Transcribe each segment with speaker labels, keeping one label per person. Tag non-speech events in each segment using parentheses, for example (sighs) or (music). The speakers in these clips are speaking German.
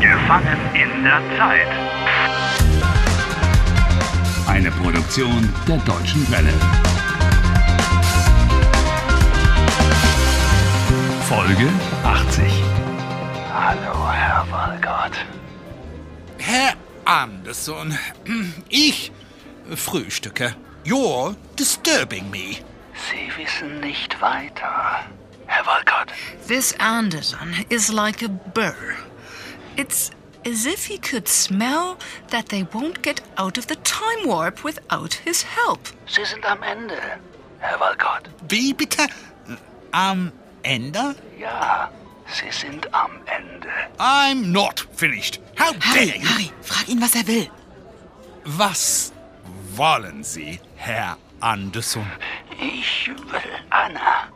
Speaker 1: Gefangen in der Zeit.
Speaker 2: Eine Produktion der Deutschen Welle. Folge 80.
Speaker 1: Hallo, Herr Walgott.
Speaker 3: Herr Anderson, ich frühstücke. You're disturbing me.
Speaker 1: Sie wissen nicht weiter. Herr Walcott,
Speaker 4: This Anderson is like a burr. It's as if he could smell that they won't get out of the time warp without his help.
Speaker 1: Sie sind am Ende. Herr Walcott,
Speaker 3: Wie bitte? äh, Am Ende?
Speaker 1: ja, Sie sind am Ende.
Speaker 3: I'm not finished. How dare
Speaker 5: Harry,
Speaker 3: you?
Speaker 5: Harry, frag ihn, was er will.
Speaker 3: Was wollen Sie, Herr Anderson?
Speaker 1: Ich will Anna.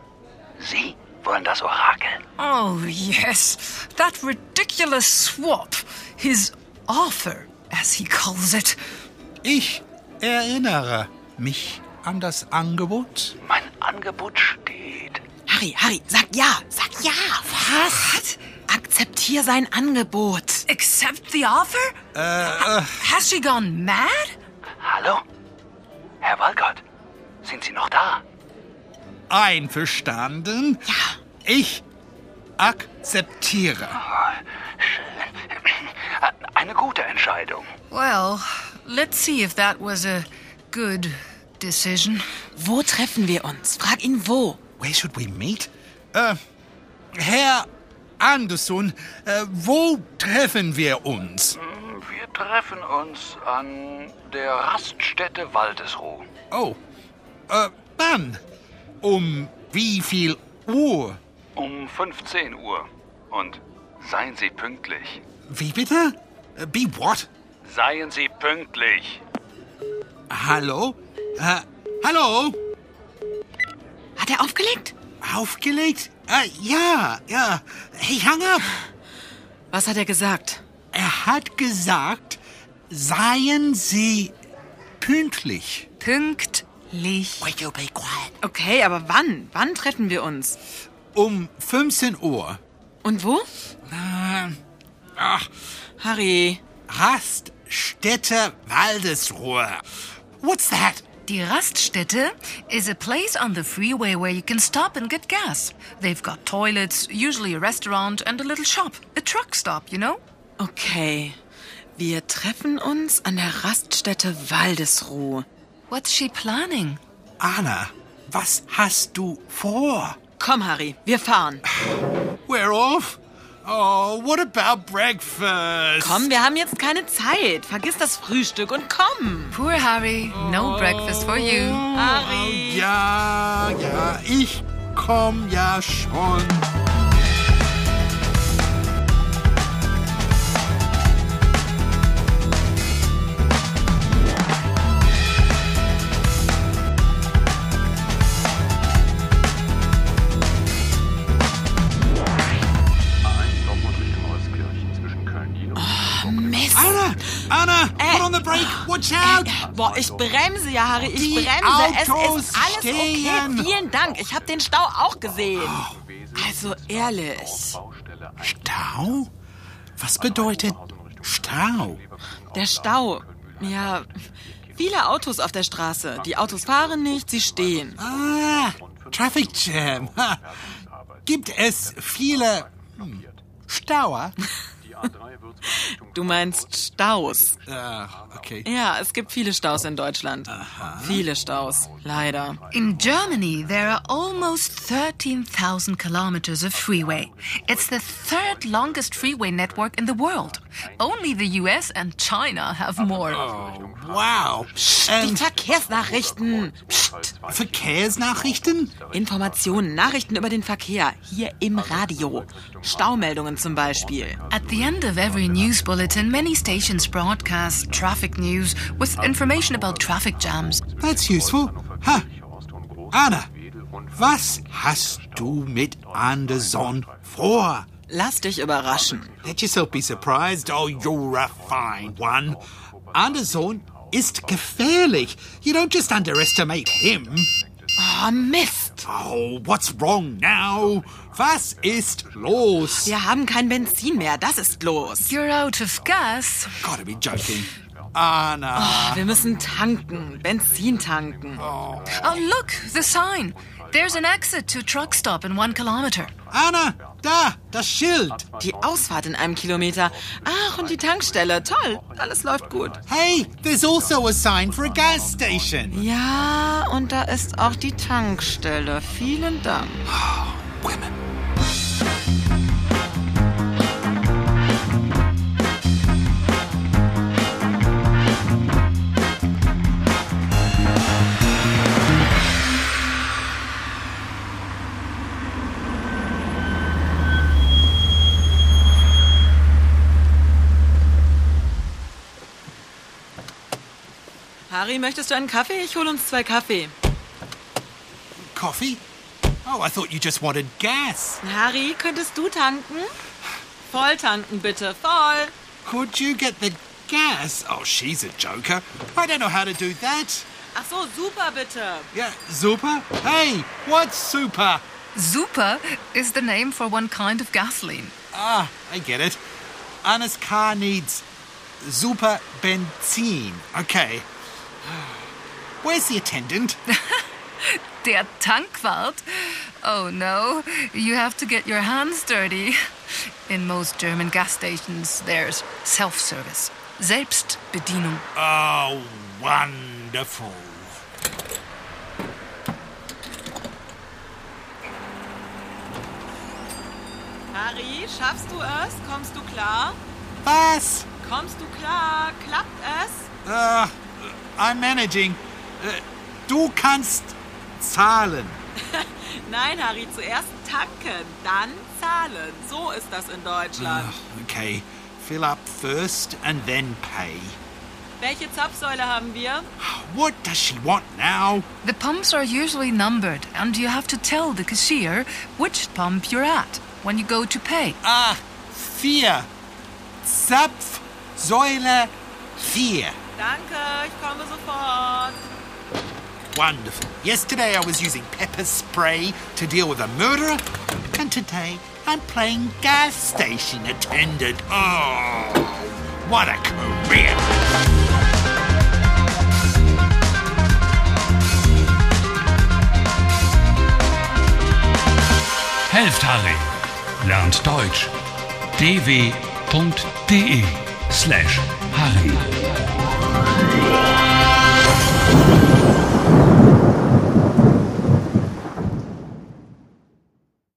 Speaker 1: Sie wollen das Orakel.
Speaker 4: Oh, yes, that ridiculous swap. His offer, as he calls it.
Speaker 3: Ich erinnere mich an das Angebot.
Speaker 1: Mein Angebot steht.
Speaker 5: Harry, Harry, sag ja, sag ja. Was? Akzeptier sein Angebot.
Speaker 4: Accept the offer? Has she gone mad?
Speaker 1: Hallo? Herr Walcott, sind Sie noch da?
Speaker 3: Einverstanden? Ja. Ich akzeptiere.
Speaker 1: Eine gute Entscheidung.
Speaker 4: Well, let's see if that was a good decision.
Speaker 5: Wo treffen wir uns? Frag ihn wo.
Speaker 3: Where should we meet? Äh, Herr Anderson, äh, wo treffen wir uns?
Speaker 1: Wir treffen uns an der Raststätte Waldesruh.
Speaker 3: Oh, äh, wann? Um wie viel Uhr?
Speaker 1: Um 15 Uhr. Und seien Sie pünktlich.
Speaker 3: Wie bitte? Äh, Be what?
Speaker 1: Seien Sie pünktlich.
Speaker 3: Hallo? Äh, hallo?
Speaker 5: Hat er aufgelegt?
Speaker 3: Aufgelegt? Äh, ja, ja. Hey, hang up.
Speaker 5: Was hat er gesagt?
Speaker 3: Er hat gesagt, seien Sie pünktlich.
Speaker 4: Pünktlich.
Speaker 3: Will you be quiet?
Speaker 5: Okay, aber wann? Wann treffen wir uns?
Speaker 3: Um 15 Uhr.
Speaker 5: Und wo?
Speaker 3: Ähm, ach,
Speaker 5: Harry.
Speaker 3: Raststätte Waldesruhe. What's that?
Speaker 4: Die Raststätte is a place on the freeway where you can stop and get gas. They've got toilets, usually a restaurant, and a little shop. A truck stop, you know?
Speaker 5: Okay. Wir treffen uns an der Raststätte Waldesruh.
Speaker 4: What's she planning?
Speaker 3: Anna, was hast du vor?
Speaker 5: Komm, Harry, wir fahren.
Speaker 3: We're off? Oh, what about breakfast?
Speaker 5: Komm, wir haben jetzt keine Zeit. Vergiss das Frühstück und komm.
Speaker 4: Poor Harry, no breakfast for
Speaker 5: Oh,
Speaker 4: you.
Speaker 5: Harry.
Speaker 3: Oh, Ja, ja, ich komm ja schon.
Speaker 6: A1 Dortmund Richtung Holzkirchen zwischen Köln-Jena und
Speaker 5: Mist.
Speaker 3: Anna, Äh. Anna, put on the brake. Watch out.
Speaker 5: Boah, ich bremse ja, Harry. Ich
Speaker 3: Die
Speaker 5: bremse.
Speaker 3: Autos
Speaker 5: es ist alles
Speaker 3: stehen.
Speaker 5: okay. Vielen Dank. Ich habe den Stau auch gesehen. Also ehrlich,
Speaker 6: Baustelle
Speaker 3: Stau? Was bedeutet Stau?
Speaker 5: der Stau. Ja, viele Autos auf der Straße. Die Autos fahren nicht, sie stehen.
Speaker 3: Ah, Traffic Jam. Ha. Gibt es viele hm, Stauer?
Speaker 6: A3 Würzburg Richtung
Speaker 5: Du meinst Staus.
Speaker 3: Ach, okay.
Speaker 5: Ja, es gibt viele Staus in Deutschland. Viele Staus, leider.
Speaker 4: In Germany, there are almost 13,000 kilometers of freeway. It's the third longest freeway network in the world. Only the US and China have more.
Speaker 3: Wow. Ähm,
Speaker 5: Die
Speaker 3: And
Speaker 5: Verkehrsnachrichten. Psst.
Speaker 3: Verkehrsnachrichten?
Speaker 5: Informationen, Nachrichten über den Verkehr. Hier im Radio. Staumeldungen zum Beispiel.
Speaker 4: At the end of every news bulletin, many stations broadcast traffic news with information about traffic jams.
Speaker 3: That's useful. Ha. Anna, was hast du mit Anderson vor?
Speaker 5: Lass dich überraschen.
Speaker 3: Let yourself be surprised. Oh, you're a fine one. Anderson ist gefährlich. You don't just underestimate him.
Speaker 5: Oh, Mist.
Speaker 3: Gott. Oh, what's wrong now? Was ist los?
Speaker 5: Wir haben kein Benzin mehr, das ist los.
Speaker 4: You're out of gas.
Speaker 3: Gotta be joking. Anna.
Speaker 5: Wir müssen tanken, Benzin tanken.
Speaker 4: Oh, look, the sign. There's an exit to truck stop in one kilometer.
Speaker 3: Anna, da, das Schild.
Speaker 5: Die Ausfahrt in einem Kilometer. Ach, und die Tankstelle. Toll, alles läuft gut.
Speaker 3: Hey, there's also a sign for a gas station.
Speaker 5: Ja, und da ist auch die Tankstelle. Vielen Dank.
Speaker 3: Women.
Speaker 5: Harry, möchtest du einen Kaffee? Ich hole uns zwei Kaffee.
Speaker 3: Coffee? Oh, I thought you just wanted gas.
Speaker 5: Harry, könntest du tanken? Voll tanken, bitte. Voll.
Speaker 3: Could you get the gas? Oh, she's a joker. I don't know how to do that.
Speaker 5: Ach so, super, bitte.
Speaker 3: Yeah, super? Hey, what's super?
Speaker 4: Super is the name for one kind of gasoline.
Speaker 3: Ah, I get it. Anna's car needs super benzin. Okay. (sighs) Where's the attendant? (laughs)
Speaker 4: Der Tankwart? Oh no, you have to get your hands dirty. In most German gas stations, there's self service. Selbstbedienung.
Speaker 3: Oh, wonderful.
Speaker 5: Harry, schaffst du es? Kommst du klar?
Speaker 3: Was?
Speaker 5: Kommst du klar? Klappt es?
Speaker 3: Uh, I'm managing. Äh, Du kannst zahlen.
Speaker 5: Nein, Harry, zuerst tanken, dann zahlen. So ist das in Deutschland.
Speaker 3: Okay, fill up first and then pay.
Speaker 5: Welche Zapfsäule haben wir?
Speaker 3: What does she want now?
Speaker 4: The pumps are usually numbered, and you have to tell the cashier which pump you're at when you go to pay.
Speaker 3: Ah, vier. Zapf, Säule, vier.
Speaker 5: Danke, ich komme sofort.
Speaker 3: Wonderful. Yesterday I was using pepper spray to deal with a murderer, and today I'm playing gas station attendant. Oh, what a career!
Speaker 2: Helft Harry. Lernt Deutsch. dw.de slash Harry.